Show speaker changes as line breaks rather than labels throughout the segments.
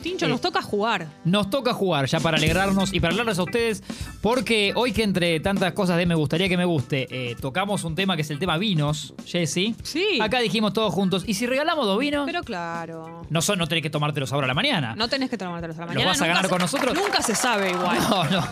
Tincho,
Eh,
nos toca jugar.
Nos toca jugar ya para alegrarnos y para hablarles a ustedes, porque hoy que entre tantas cosas de me gustaría que me guste, eh, tocamos un tema que es el tema vinos, Jessy.
Sí.
Acá dijimos todos juntos, ¿y si regalamos dos vinos?
Pero claro.
no, son, no tenés que tomártelos ahora a la mañana.
No tenés que tomártelos a la
¿Los
mañana.
vas a
nunca
ganar
se-
con nosotros?
Nunca se sabe igual.
No, no.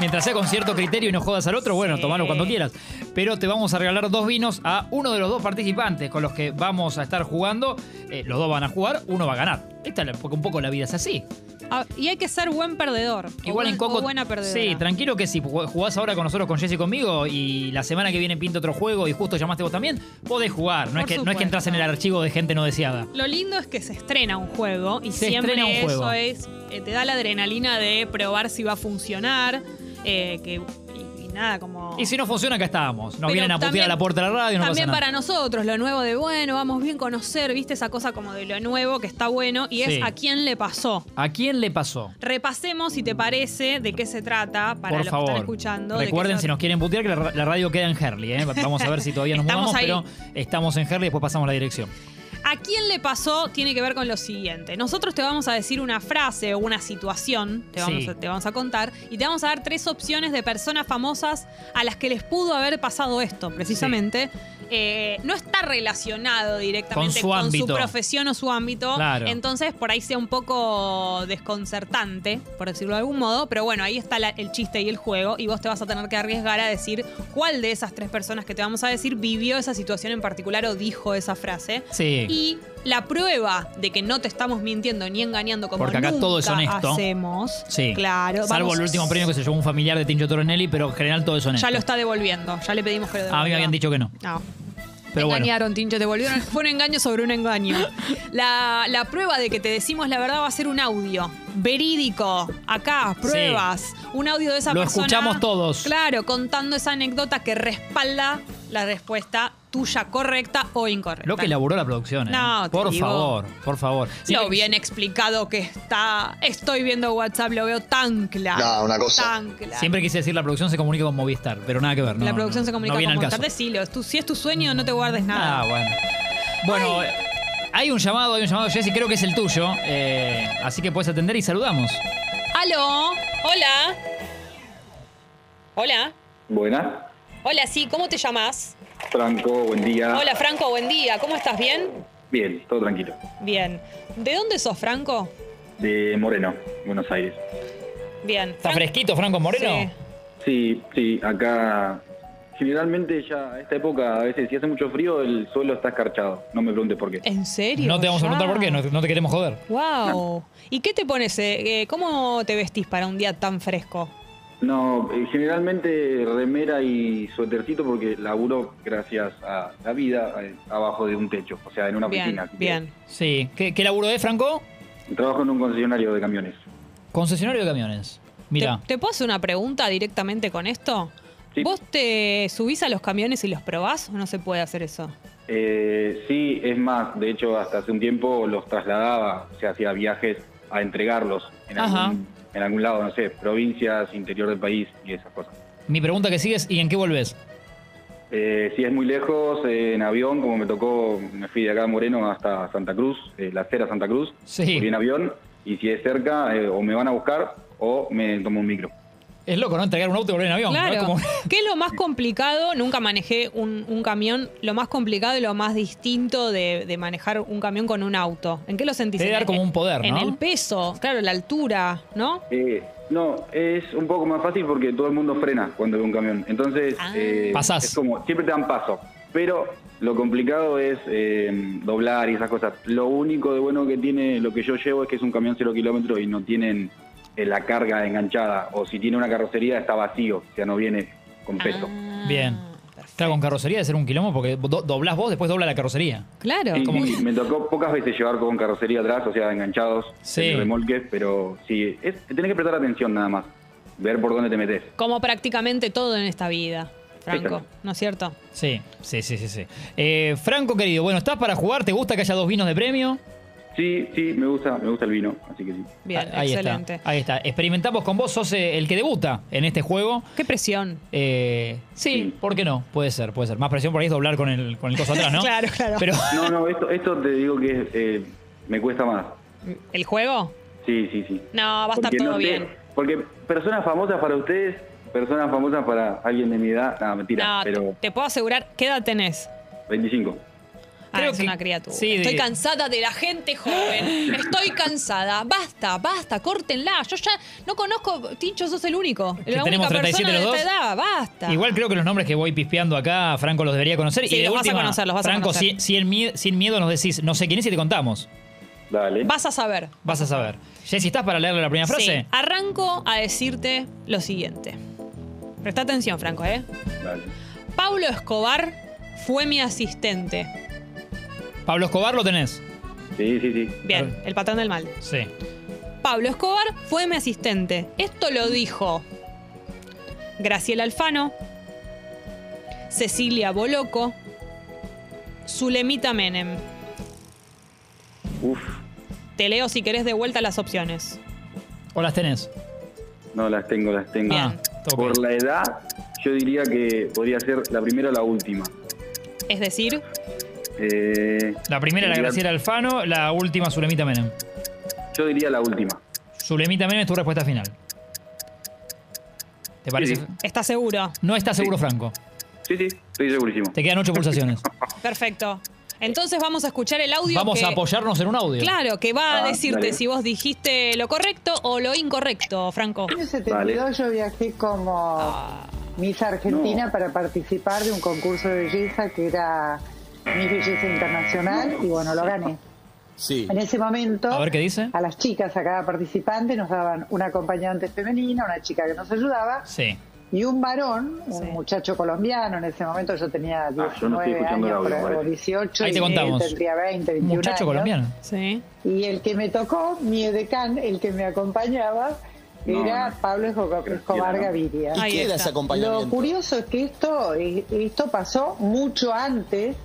Mientras sea con cierto criterio y no jodas al otro, bueno,
Sí.
tomalo cuando quieras. Pero te vamos a regalar dos vinos a uno de los dos participantes con los que vamos a estar jugando. Eh, los dos van a jugar, uno va a ganar. Esta es la- porque un poco la vida es así.
Ah, y hay que ser buen perdedor. o
Igual en
buen-
Congo.
o buena perdedora.
Sí, tranquilo que si ju- jugás ahora con nosotros, con Jesse y conmigo, y la semana que viene pinta otro juego y justo llamaste vos también, podés jugar. No, es
Por
que, no es que entras en el
supuesto.
archivo de gente no deseada.
Lo lindo es que se estrena un juego y
Se
siempre
estrena un
eso
juego.
es. eh, te da la adrenalina de probar si va a funcionar. eh, que, y, y nada, como.
Y si no funciona, acá estábamos. Nos
Pero
vienen a putear
también-
a la puerta de la radio, no
También
pasa nada.
para nosotros, lo nuevo de bueno, vamos bien conocer, viste esa cosa como de lo nuevo que está bueno y es
Sí.
a quién le pasó.
¿A quién le pasó?
Repasemos, si te parece, de qué se trata para
Por
los
favor.
que están escuchando. de qué
Recuerden,
se-
si nos quieren putear, que la, ra- la radio queda en Herley. ¿eh? Vamos a ver si todavía nos
Estamos
mudamos,
ahí.
pero estamos en Herley. Después pasamos la dirección.
¿A quién le pasó? Tiene que ver con lo siguiente. Nosotros te vamos a decir una frase o una situación, te vamos,
Sí.
a, te vamos a contar, y te vamos a dar tres opciones de personas famosas a las que les pudo haber pasado esto, precisamente. Eh, no está relacionado directamente
Con su ámbito.
profesión o su ámbito.
Claro.
Entonces, por ahí sea un poco desconcertante, por decirlo de algún modo. Pero bueno, ahí está la- el chiste y el juego. Y vos te vas a tener que arriesgar a decir cuál de esas tres personas que te vamos a decir vivió esa situación en particular o dijo esa frase.
Sí.
Y la prueba de que no te estamos mintiendo ni engañando como
Porque acá
nunca
todo es honesto.
hacemos.
Sí.
Claro.
Salvo
vamos-
el último premio que se llevó un familiar de Tincho Toronelli, pero en general todo eso
Ya lo está devolviendo. Ya le pedimos que lo devuelva.
A mí me habían Ah, dicho que no.
No. te
Pero bueno.
engañaron, Tincho, te volvieron. Fue un engaño sobre un engaño. La, la prueba de que te decimos la verdad va a ser un audio. Verídico. Acá, pruebas. Un audio de esa
Lo
persona.
escuchamos todos.
Claro, contando esa anécdota que respalda la respuesta tuya correcta o incorrecta.
Lo que elaboró la producción. ¿eh?
No, te
por
digo.
favor, por favor.
lo
Siempre-
bien explicado que está. Estoy viendo WhatsApp, lo veo tan claro.
No, una cosa.
Ah, Tan claro.
Siempre quise decir la producción se comunica con Movistar, pero nada que ver.
la
no,
producción
no,
se comunica
no viene
con
al
WhatsApp.
caso.
Decilo, es tu- si es tu sueño, no te guardes nada.
Ah, bueno. Bueno, eh, hay un llamado, hay un llamado, Jessy, creo que es el tuyo. eh, así que puedes atender y saludamos.
Aló, hola. Hola.
Buena.
Hola, sí, ¿cómo te llamas?
Franco, buen día.
Hola, Franco, buen día. ¿Cómo estás? ¿Bien?
Bien, todo tranquilo.
Bien. ¿De dónde sos, Franco?
De Moreno, Buenos Aires.
Bien.
¿Está
Fran-
fresquito, Franco Moreno?
Sí.
Sí, sí, acá generalmente ya a esta época, a veces si hace mucho frío, el suelo está escarchado. No me preguntes por qué.
¿En serio?
No te vamos a preguntar
Ya.
por qué, no, no te queremos joder.
Wow. ¿Y qué te pones? eh, eh, ¿Cómo te vestís para un día tan fresco?
No, eh, generalmente remera y suétercito porque laburo gracias a la vida eh, abajo de un techo, o sea, en una
bien,
oficina. así que-
bien.
Sí. ¿Qué, qué laburo es, Franco?
Trabajo en un concesionario de camiones.
Concesionario de camiones. Mira,
¿Te, te puedo hacer una pregunta directamente con esto?
Sí.
¿Vos te subís a los camiones y los probás o no se puede hacer eso?
Eh, sí, es más, de hecho hasta hace un tiempo los trasladaba, o sea, hacía viajes a entregarlos en,
Ajá.
algún, en algún lado, no sé, provincias, interior del país y esas cosas.
mi pregunta que sigue es, ¿y en qué volvés?
Eh, si es muy lejos, eh, en avión, como me tocó, me fui de acá a Moreno hasta Santa Cruz, eh, la acera Santa Cruz,
Sí.
fui en avión, y si es cerca, eh, o me van a buscar o me tomo un micro.
Es loco, ¿no? Entregar un auto y volver en avión. ¿no? Es
claro.
como-
¿Qué es lo más complicado? Nunca manejé un, un camión. Lo más complicado y lo más distinto de, de manejar un camión con un auto. ¿En qué lo sentís?
Te debe
En
dar
el-
como un poder,
En
¿no?
el peso, claro, la altura, ¿no?
Eh, no, es un poco más fácil porque todo el mundo frena cuando ve un camión. Entonces,
Ah.
eh,
Pasás.
es como, siempre te dan paso. Pero lo complicado es eh, doblar y esas cosas. Lo único de bueno que tiene lo que yo llevo es que es un camión cero kilómetro y no tienen eh, la carga enganchada. O si tiene una carrocería está vacío, o sea, no viene con peso.
Ah,
Bien. Claro, con carrocería de ser un quilombo porque do- doblás vos, después dobla la carrocería.
Claro.
Y
como-
me tocó pocas veces llevar con carrocería atrás, o sea, enganchados,
Sí.
en remolques, pero sí, es, tenés que prestar atención nada más, ver por dónde te metes.
como prácticamente todo en esta vida, Franco.
Exacto.
¿No es cierto?
Sí, sí, sí, sí. sí. Eh, Franco, querido, bueno, ¿estás para jugar? ¿Te gusta que haya dos vinos de premio?
Sí, sí, me gusta, me gusta el vino, así que sí.
Bien,
Ah, ahí
excelente.
Está, ahí está. Experimentamos con vos, sos eh, el que debuta en este juego.
Qué presión.
Eh, sí,
Sí.
¿por qué no? Puede ser, puede ser. Más presión por ahí es doblar con el, con el coso atrás, ¿no?
Claro, claro.
Pero
No, no, esto, esto te digo que eh, me cuesta más.
¿El juego?
Sí, sí, sí.
No, va a estar
Porque
todo
no sé,
bien.
Porque personas famosas para ustedes, personas famosas para alguien de mi edad, nada, mentira,
No, te-
pero
te puedo asegurar, ¿qué edad tenés?
25.
Ah,
Creo
es
que-
una criatura.
sí, de-
Estoy cansada de la gente joven. Estoy cansada. Basta, basta, córtenla. Yo ya no conozco, Tincho, sos el único.
Que
la
tenemos
única
37
persona de
los
esta
dos.
edad. Basta.
Igual creo que los nombres que voy pispeando acá, Franco los debería conocer.
Sí,
y de
los vas a
última,
conocer, los vas a
Franco,
conocer.
Sin, sin mie- sin miedo nos decís, no sé quién es y te contamos.
Dale.
Vas a saber.
Vas a saber. Jessy, ¿estás para leerle la primera frase?
Sí. Arranco a decirte lo siguiente. Presta atención, Franco, ¿eh?
dale.
Paulo Escobar fue mi asistente.
Pablo Escobar lo tenés.
Sí, sí, sí.
Bien, el patrón del mal.
Sí.
Pablo Escobar fue mi asistente. Esto lo dijo Graciela Alfano, Cecilia Boloco, Zulemita Menem.
Uf,
Te leo si querés de vuelta las opciones.
¿O las tenés?
no las tengo, las tengo.
Bien.
Ah, toque.
Por la edad, yo diría que podría ser la primera o la última.
Es decir,
Eh,
La primera la
Bien.
Graciela Alfano, la última Zulemita Menem.
yo diría la última.
Zulemita Menem es tu respuesta final. ¿Te parece?
Sí, sí.
¿estás seguro?
No está seguro, Franco.
Sí, sí, estoy segurísimo.
Te quedan ocho pulsaciones.
Perfecto. Entonces vamos a escuchar el audio.
Vamos
que-
a apoyarnos en un audio.
Claro, que va a
Ah,
decirte
dale.
si vos dijiste lo correcto o lo incorrecto, Franco.
En el 72
Vale.
yo viajé como Miss Argentina
No.
para participar de un concurso de belleza que era Miss Belleza Internacional y bueno, lo gané.
Sí.
En ese momento,
A ver qué dice.
a las chicas, a cada participante, nos daban una acompañante femenina, una chica que nos ayudaba
Sí.
y un varón, un
Sí.
muchacho colombiano. En ese momento yo tenía
Ah, yo no estoy
19
escuchando
años
el audio,
por ahí,
parece.
o 18
Ahí te
y él
contamos.
tendría 20, 21
Muchacho
años.
colombiano.
Sí.
Y el que me tocó, mi edecán, el que me acompañaba,
No,
era
no.
Pablo Esco- Escobar
no.
Gaviria.
¿Y
Ahí
qué era
está.
ese acompañamiento?
Lo curioso es que esto, eh, esto pasó mucho antes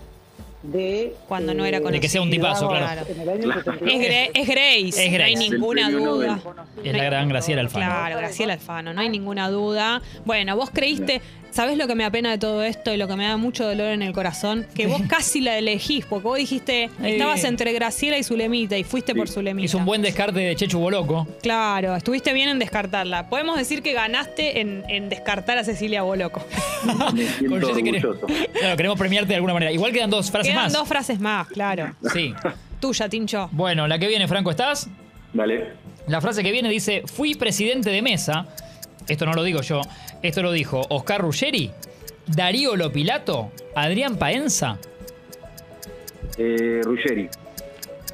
de...
Cuando no era
De que sea un
digamos,
tipazo, claro.
En el año 72.
Es, Gre- es Grace.
Grace.
No hay
Es
el
ninguna
premio
duda.
Nobel.
Es la gran Graciela Alfano.
Claro, Graciela Alfano, no hay ninguna duda. Bueno, vos creíste, ¿sabés lo que me apena de todo esto y lo que me da mucho dolor en el corazón? Que vos casi la elegís, porque vos dijiste,
Eh.
estabas entre Graciela y Zulemita y fuiste por Zulemita.
Hizo un buen descarte de Chechu Boloco.
Claro, estuviste bien en descartarla. Podemos decir que ganaste en, en descartar a Cecilia Boloco.
Me
Con
siento
Jessy querés-
orgulloso.
Claro, queremos premiarte de alguna manera. Igual quedan dos frases
Quedan
más.
dos frases más, claro.
Sí.
Tuya, Tincho.
Bueno, la que viene, Franco, ¿estás?
Dale.
La frase que viene dice: Fui presidente de mesa. Esto no lo digo yo. Esto lo dijo Oscar Ruggeri, Darío Lopilato, Adrián Paenza.
Eh, Ruggeri.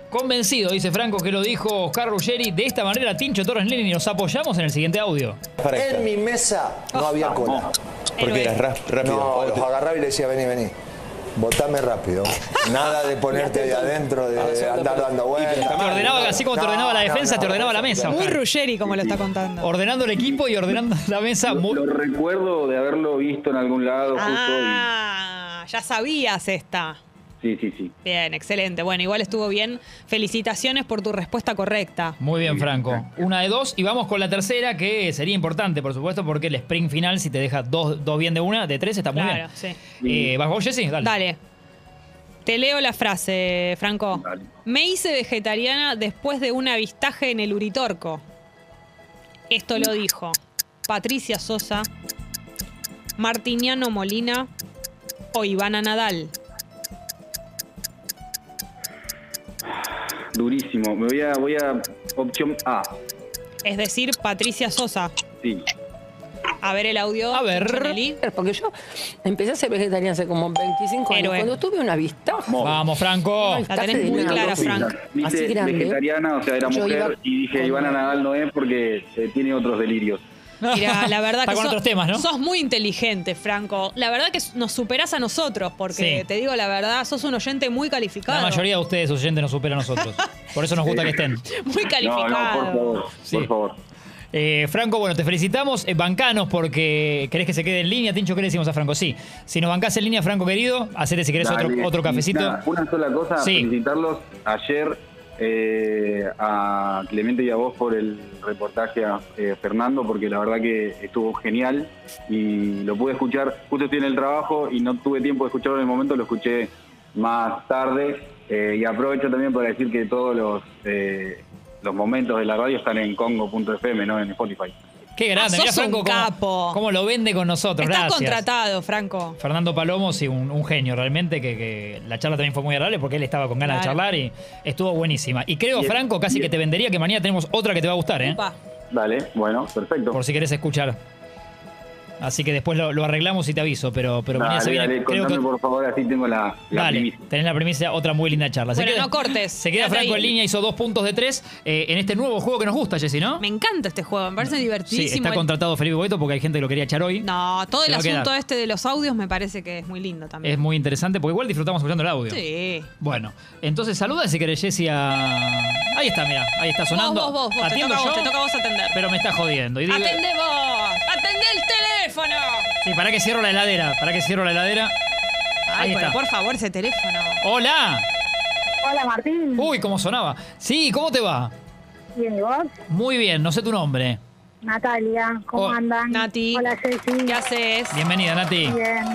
Convencido, dice Franco, que lo dijo Oscar Ruggeri. De esta manera, Tincho Torres Lenin, y nos apoyamos en el siguiente audio.
En mi mesa no había cola.
Héroe.
Porque eras rap- rápido.
No,
O
los
te-
agarraba y le decía, vení, vení. Votame rápido. Nada de ponerte ahí adentro, de andar dando vueltas.
Te ordenaba, así como te ordenaba la
No, no,
defensa,
no,
te ordenaba
no,
la
no,
mesa.
Muy
Oscar.
Ruggeri, como lo está contando.
Ordenando el equipo y ordenando la mesa.
Lo,
Muy-
lo recuerdo de haberlo visto en algún lado justo. y-
Ah, ya sabías esta.
Sí, sí, sí.
Bien, excelente. Bueno, igual estuvo bien. Felicitaciones por tu respuesta correcta.
Muy bien, Franco. Una de dos. Y vamos con la tercera, que sería importante, por supuesto, porque el sprint final, si te deja dos, dos bien de una, de tres, está muy
Claro,
bien.
sí.
Eh, ¿Vas vos, Jessy? Dale.
Dale. Te leo la frase, Franco.
Dale.
Me hice vegetariana después de un avistaje en el Uritorco. Esto lo dijo Patricia Sosa, Martiniano Molina o Ivana Nadal.
Durísimo. Me voy a, voy a opción A.
Es decir, Patricia Sosa.
Sí.
A ver el audio.
A ver.
Nelly.
Porque yo empecé a ser vegetariana hace como 25 años.
Héroe.
Cuando tuve una vista,
Oh,
Vamos, Franco.
La tenés muy
Está
clara,
fenomenal.
Frank.
Dice
Así grande.
vegetariana, o sea, era
Yo
mujer,
iba-
y dije, Ivana Nadal no es porque eh, tiene otros delirios.
Mira, la verdad
Está
que
con
sos,
otros temas, ¿no?
sos muy inteligente, Franco. La verdad que nos superás a nosotros, porque
Sí.
te digo la verdad, sos un oyente muy
La
calificado.
mayoría de ustedes, oyentes, nos supera a nosotros. Por eso nos gusta que estén.
Muy
No,
calificado.
no, por favor,
Sí.
por favor.
Eh, Franco, bueno, te felicitamos. Eh, bancanos porque querés que se quede en línea. Tincho, ¿qué le decimos a Franco? Sí. Si nos bancás en línea, Franco querido, hacete si querés
Dale,
otro, otro
y
cafecito.
nada, una sola cosa,
Sí.
felicitarlos ayer eh, a Clemente y a vos por el reportaje a eh, Fernando, porque la verdad que estuvo genial y lo pude escuchar, justo estoy en el trabajo y no tuve tiempo de escucharlo en el momento, lo escuché más tarde eh, y aprovecho también para decir que todos los... eh, los momentos de la radio están en congo.fm, no en Spotify.
Qué grande,
Ah,
mirá
sos
Franco
un
cómo-
capo.
Cómo, lo vende con nosotros,
Está
gracias.
contratado, Franco.
Fernando Palomo, sí, un, un genio realmente, que, que la charla también fue muy agradable porque él estaba con ganas
Claro.
de charlar y estuvo buenísima. Y creo,
Bien,
Franco, casi
bien.
que te vendería que mañana tenemos otra que te va a gustar, ¿eh?
Upa.
Dale, bueno, perfecto.
Por si querés escuchar. Así que después lo, lo arreglamos y te aviso, pero, pero mañana se
dale,
viene.
dale,
creo
contame
que-
por favor, así tengo la, la
Dale,
primicia.
tenés la primicia, otra muy linda charla.
Bueno, no cortes,
Se queda
quédate
Franco
ahí.
en línea, hizo dos puntos de tres eh, en este nuevo juego que nos gusta, Jessy, ¿no?
Me encanta este juego, me parece
sí,
divertidísimo.
está
El-
contratado Felipe Boeto porque hay gente que lo quería echar hoy.
No, todo
Se
el
va a
asunto
quedar.
este de los audios me parece que es muy lindo
Es
también.
muy interesante porque igual disfrutamos escuchando el audio.
Sí.
Bueno, entonces saluda si querés, Jessy, a... Ahí está, mira, ahí está sonando.
Vos, vos, vos, vos, te
Atiendo
toca a vos,
yo,
te toca a vos atender.
Pero me está jodiendo. Y digo-
¡Atendé vos! ¡Atendé el teléfono!
Sí, para que cierro la heladera, para que cierro la heladera.
Ay,
Ahí
pero
está.
por favor, ese teléfono.
Hola.
Hola Martín,
Uy, cómo sonaba. Sí, ¿cómo te va?
bien y vos,
Muy bien, no sé tu nombre.
Natalia, ¿cómo
Oh,
andan?
Nati.
Hola Ceci,
¿Qué haces?
Bienvenida, Nati.
bien,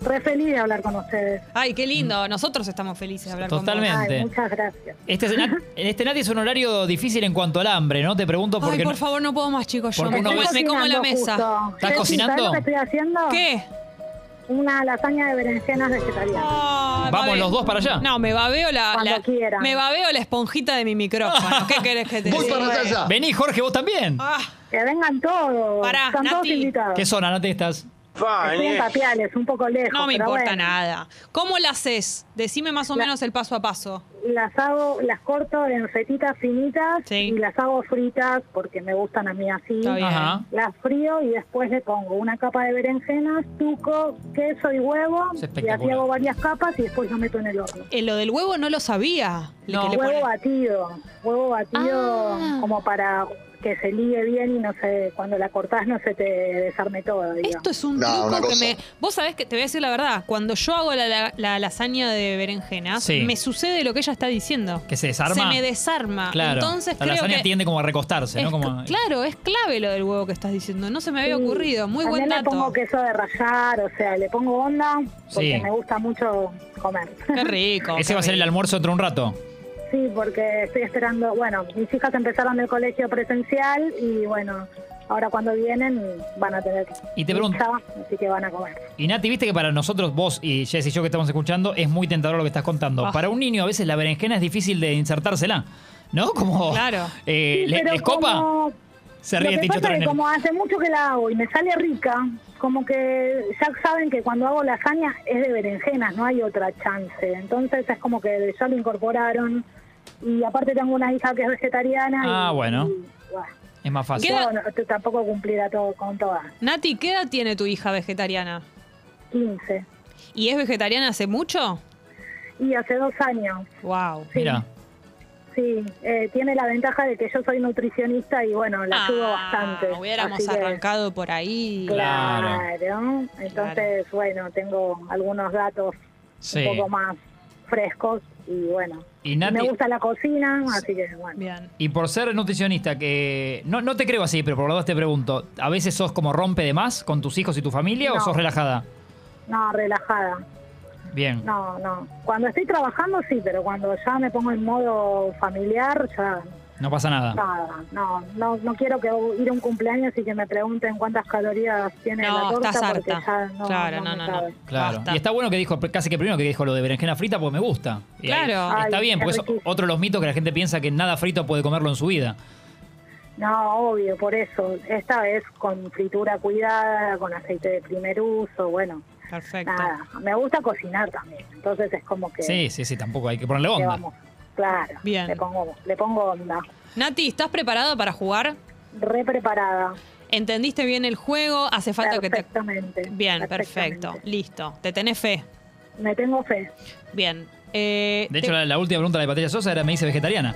re feliz de hablar con ustedes.
Ay, qué lindo. Nosotros estamos felices de hablar
Totalmente.
con
Gente.
Ay, muchas gracias.
Este, es- Nat- este Nati es un horario difícil en cuanto al hambre, ¿no? Te pregunto
vos.
porque
Ay, por
no-
favor, no puedo más, chicos. Yo
Porque
me,
uno
como-
ve-
me como la mesa.
¿Estás
¿Estás
cocinando?
¿Sabes lo que estoy haciendo?
¿Qué?
Una lasaña de berenjenas vegetarianas.
Ay,
Vamos
babe-
los dos para allá.
No, Ah, me babeo la,
Cuando
la-
quieran.
me babeo la esponjita de mi micrófono. ¿Qué querés que te
Voy
diga?
para allá.
Vení, Jorge, vos también.
Ah,
Que vengan todos,
Pará,
están todos
Nati.
invitados.
¿Qué zona, Nati, estás?
Ah,
Estoy en Tapiales, un poco lejos.
no me
pero
importa
bueno.
nada. ¿Cómo la haces? Decime más o menos el paso a paso.
Las hago, las corto en fetitas finitas
Sí.
y las hago fritas porque me gustan a mí así.
Está bien.
Ajá.
Las frío y después le pongo una capa de berenjenas, tuco, queso y huevo.
Es
Y así
espectacular.
hago varias capas y después lo meto en el horno.
Eh, lo del huevo no lo sabía. Le-
No.
que le
Huevo
ponen-
batido, huevo batido
Ah.
como para que se ligue bien y no sé, cuando la cortás no se te desarme todo. digo.
Esto es un
No, una
truco que
cosa.
me. Vos sabés que te voy a decir la verdad. Cuando yo hago la, la- la lasaña de berenjenas,
Sí.
me sucede lo que ella está diciendo.
¿Que se desarma?
Se me desarma.
Claro.
Entonces
la
creo
lasaña
que.
tiende como a recostarse,
es
¿no?
cl-
Como...
Claro, es clave lo del huevo que estás diciendo. No se me había ocurrido. Muy buen
También
dato.
le pongo queso de rallar, o sea, le pongo onda porque
Sí.
me gusta mucho comer.
Qué rico.
Ese
qué
va a ser el
rico.
almuerzo dentro de un rato.
Sí, porque estoy esperando, bueno, mis hijas empezaron el colegio presencial y bueno, ahora cuando vienen van a tener
Y te pregunto-
pizza, así que van a comer.
Y Nati, viste que para nosotros, vos y Jess y yo que estamos escuchando, es muy tentador lo que estás contando.
Ah.
Para un niño a veces la berenjena es difícil de insertársela, ¿no? Como...
Claro.
Eh,
Sí,
¿le-
pero
¿Les copa?
como-
Se
Lo
ríe este
que
Tincho
pasa es que
Tornel.
como hace mucho que la hago y me sale rica, como que ya saben que cuando hago lasaña es de berenjenas, no hay otra chance. Entonces es como que ya lo incorporaron y aparte tengo una hija que es vegetariana.
Ah,
y,
bueno.
y, bueno,
Es más fácil.
¿Qué edad-
yo no- t- tampoco cumplir a todo con todas.
Nati, ¿qué edad tiene tu hija vegetariana?
15.
¿Y es vegetariana hace mucho?
Y hace dos años,
Wow.
Mira,
sí, eh, tiene la ventaja de que yo soy nutricionista y bueno, la ayudo bastante.
Ah, Hubiéramos
Así que-
arrancado por ahí.
Claro.
Claro. Entonces, bueno, tengo algunos datos
sí.
un poco más frescos y bueno.
Y Nati-
me gusta la cocina, así que bueno.
Bien.
Y por ser nutricionista, que no, no te creo así, pero por lo menos te pregunto, ¿a veces sos como rompe de más con tus hijos y tu familia o
No.
sos relajada?
No, relajada.
Bien.
No, no. Cuando estoy trabajando sí, pero cuando ya me pongo en modo familiar, ya
No pasa nada.
nada. No, no, no quiero que ir a un cumpleaños y que me pregunten cuántas calorías tiene
No,
la torta
estás
porque
harta.
ya no,
Claro, no,
me
no, no.
cabe.
Claro.
Basta.
Y está bueno que dijo, casi que primero que dijo lo de berenjena frita porque me gusta. Y ahí-
Claro.
está
Ay,
bien,
es
porque es
riquísimo.
otro de los mitos que la gente piensa que nada frito puede comerlo en su vida.
No, obvio, por eso. Esta vez con fritura cuidada, con aceite de primer uso, bueno,
Perfecto.
nada. Me gusta cocinar también, entonces es como que,
Sí, sí, sí, tampoco hay que ponerle
que
onda.
vamos. Claro,
Bien.
Le, pongo, le pongo onda.
Nati, ¿estás preparada para jugar?
Re preparada.
¿Entendiste bien el juego? Hace falta que te...
perfectamente.
Bien, perfecto.
perfectamente.
Listo. Te tenés fe.
Me tengo fe.
Bien. Eh,
De
te-
hecho, la, la última pregunta de Patricia Sosa era, me dice vegetariana.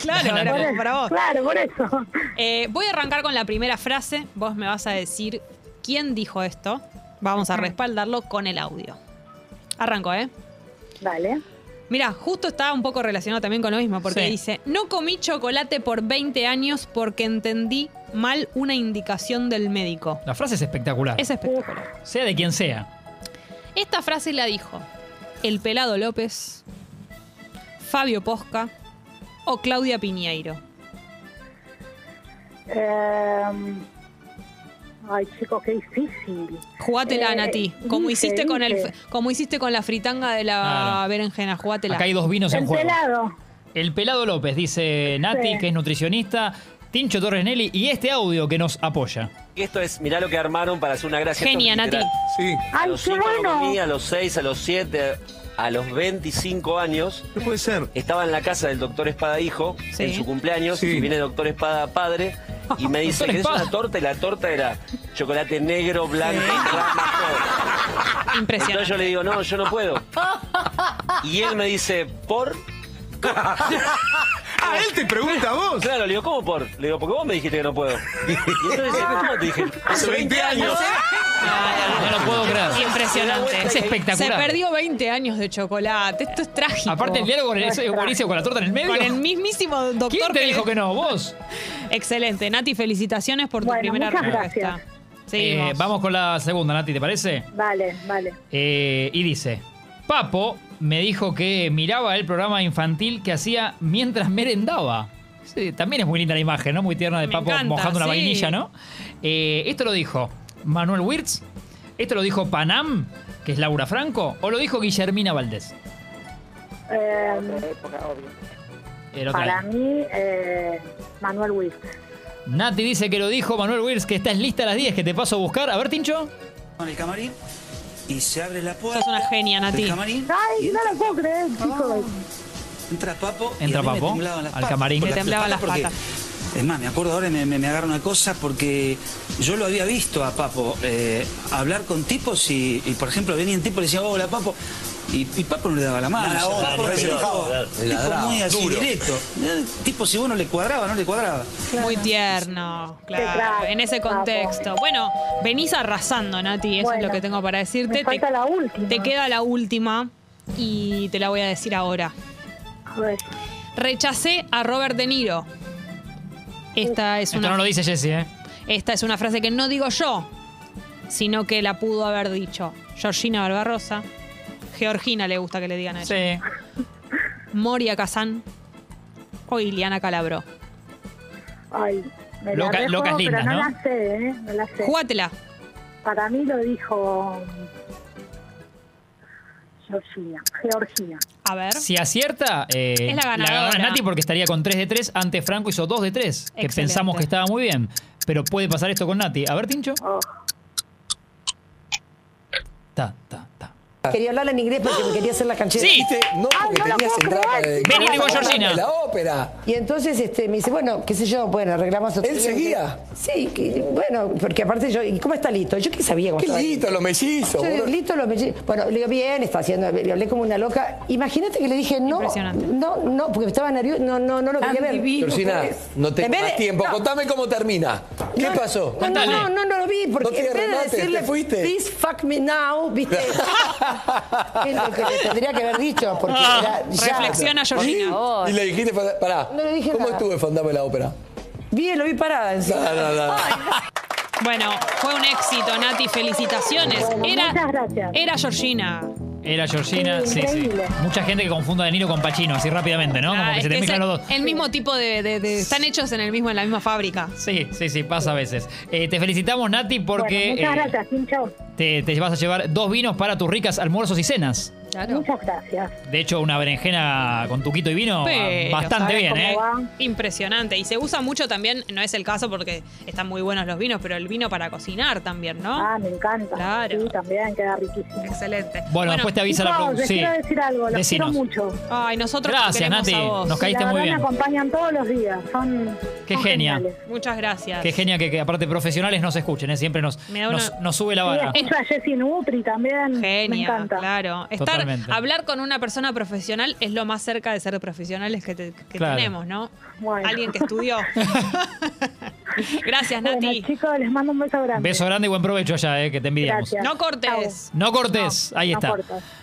claro,
la-
era
la-
como para vos.
Claro, por eso.
Eh, voy a arrancar con la primera frase. Vos me vas a decir quién dijo esto. Vamos a respaldarlo con el audio. Arranco, ¿eh?
Dale.
Mirá, justo está un poco relacionado también con lo mismo, porque
Sí.
dice, no comí chocolate por 20 años porque entendí mal una indicación del médico.
La frase es espectacular.
Es espectacular.
Sea de quien sea.
Esta frase la dijo el Pelado López, Fabio Posca o Claudia Piñeiro.
Eh, ay, chicos, qué difícil.
Jugátela,
Eh,
Nati. Como
dije,
hiciste con el,
dije.
como hiciste con la fritanga de la
Claro.
berenjena, jugátela.
Acá hay dos vinos en
El
juego.
pelado.
El Pelado López, dice Nati,
Sí.
que es nutricionista, Tincho Torres Nelly y este audio que nos apoya.
Esto es, mirá lo que armaron para hacer una gracia. Esto es
Genia, Nati.
literal.
Sí.
A
Ay,
los
qué
5 no
bueno.
comí, a los 6, a los 7, a los 25 años.
No puede ser.
Estaba en la casa del doctor Espada hijo,
Sí.
en su cumpleaños,
Sí.
y viene el doctor Espada padre, y me dice,
Doctor
¿querés
Espada".
una torta? Y la torta era chocolate negro, blanco, rama, todo. Entonces yo
Impresionante.
le digo, no, yo no puedo. Y él me dice, ¿por?
Ah, él te pregunta a vos.
Claro, le digo, ¿cómo por? Le digo, porque vos me dijiste que no puedo. Y entonces, ¿cómo te dije? Hace 20 años.
No lo puedo creer.
Impresionante.
Es
Se
espectacular.
perdió 20 años de chocolate. Esto es trágico.
Aparte el diálogo es buenísimo con la torta en el medio.
Con el mismísimo doctor
¿Quién te
que-
dijo que no? ¿Vos?
Excelente. Nati, felicitaciones por tu
Bueno,
primera
muchas
respuesta.
gracias.
Eh,
Seguimos.
vamos con la segunda, Nati, ¿te parece?
Vale, vale.
Eh, y dice, Papo me dijo que miraba el programa infantil que hacía mientras merendaba. Sí, también es muy linda la imagen, ¿no? Muy tierna de
Me
Papo
encanta,
mojando una
sí.
vainilla, ¿no? Eh, esto lo dijo Manuel Wirtz, esto lo dijo Panam, que es Laura Franco, o lo dijo Guillermina Valdés.
Eh,
El otro
para
año.
mí, eh, Manuel Witt.
Nati dice que lo dijo Manuel Wirtz, que estás lista a las 10, que te paso a buscar. A ver, Tincho.
en el camarín y se abre la puerta
Sos una genia,
del
Nati.
camarín. y
Ay, no
entra,
lo puedo creer,
Ah.
chicos.
entra Papo. y
Entra
a mí me
Papo
temblaban las
al
patas.
camarín.
Porque
Me temblaban las
porque-
patas.
Es más, me acuerdo ahora, me, me, me agarra una cosa porque yo lo había visto a Papo eh, hablar con tipos y, y, por ejemplo, venía un tipo y le decía, hola Papo. Y, y Papo no le daba la
Ah,
mano.
No, la
O sea,
onda,
Papo
no
era
se
tipo-
enojaba.
tipo
Ladraba,
muy así,
duro.
directo. Eh, Tipo, si uno le cuadraba, no le cuadraba.
Muy tierno, claro.
crack,
en ese
capo.
contexto. Bueno, venís arrasando, Nati, eso es
Bueno,
lo que tengo para decirte.
me falta la última.
Te queda la última y te la voy a decir ahora.
A ver.
Rechacé a Robert De Niro. Esta es
Esto
una,
no lo dice Jesse, ¿eh?
esta es una frase que no digo yo, sino que la pudo haber dicho Georgina Barbarosa. Georgina le gusta que le digan a ella.
Sí.
Moria Kazan o Iliana Calabro.
Ay, me
Loca-
la
locas
rejuego,
lindas,
pero
¿no?
no la sé, ¿eh? No la sé.
Jugátela.
Para mí lo dijo Georgina. Georgina.
A ver.
Si acierta, eh,
Es la ganadora.
gana Nati porque estaría con 3 de 3. Antes Franco hizo 2 de 3, que
Excelente.
pensamos que estaba muy bien. Pero puede pasar esto con Nati. A ver, Tincho.
Oh.
Ta, ta, ta.
Quería hablar en inglés porque me quería hacer la canchera.
¡Sí!
Este, No, porque
Ah, no la
tenías
puedo
entrada
creer.
de
Ven, Indigo Georgina.
la ópera.
Y entonces este, me dice, bueno, qué sé yo, bueno, arreglamos otro
¿Él
día.
seguía?
Sí, que- bueno, porque aparte yo, ¿y cómo está Lito? Yo qué sabía cómo
Qué
estaba
lindo, los mellizos.
Yo,
boludo.
Lito lo mellé- Bueno, le digo, bien, está haciendo, le hablé como una loca. Imagínate que le dije no,
Impresionante.
no, no, porque estaba nervioso, no, no, no lo
Tan
quería ver.
divino.
Georgina, no
En
tengo
vez de-
más tiempo.
no.
Contame cómo termina. ¿Qué
No,
pasó?
No, no,
Contale.
no, no, no lo vi, porque
No tiene
en vez de
remate,
decirle,
te fuiste.
please fuck me now, viste, es lo que le tendría que haber dicho, porque era
Ah,
ya.
Reflexiona, Georgina.
Y le dijiste, pa- pará,
No le dije
¿cómo
nada.
estuve Fantasma de la ópera? Ah,
Bien, lo vi parada encima.
No, no, no.
Bueno, fue un éxito, Nati. Felicitaciones.
Bueno,
Era,
muchas gracias.
Era Georgina.
Era Georgina. Sí, sí.
Increíble.
Mucha gente que confunda a De Niro con Pacino, así rápidamente, ¿no? Como
Ah,
que
es
se te
que
mezclan
es
los dos.
El mismo tipo de, de- de- Están hechos en, el mismo, en la misma fábrica.
Sí, sí, sí, pasa a veces. Eh, te felicitamos, Nati, porque
bueno, muchas
eh,
gracias, Pincho.
te, te vas a llevar dos vinos para tus ricas almuerzos y cenas.
Claro.
Muchas gracias.
De hecho, una berenjena con tuquito y vino, ah,
Pero,
bastante
¿sabes
bien,
cómo
¿eh?
va?
Impresionante. Y se usa mucho también, no es el caso porque están muy buenos los vinos, pero el vino para cocinar también, ¿no?
Ah, me encanta.
Claro.
Sí, también queda riquísimo.
Excelente.
Bueno, después te avisa la
Chicos,
producción.
les
Sí.
quiero decir algo, los
Decinos.
quiero mucho.
Ay, nosotros te
Gracias,
queremos
Nati.
a vos.
Nos caíste
la
muy
verdad
bien.
me acompañan todos los días. Son,
Qué
son
genia.
geniales.
Muchas gracias.
Qué genia que, que aparte profesionales nos escuchen, ¿eh? siempre nos,
Me da
nos,
una-
nos sube la
Sí,
vara.
escucho a Jessy Nutri también. me
Genia,
encanta.
claro. Estar,
Totalmente.
hablar con una persona profesional es lo más cerca de ser profesionales que, te- que
Claro.
tenemos, ¿no?
Bueno.
Alguien que estudió. Gracias,
Bueno,
Nati.
chicos, les mando un beso grande.
Beso grande y buen provecho allá, eh, que te envidiamos.
Gracias.
no cortes.
No cortes, ahí
No
está.
cortas.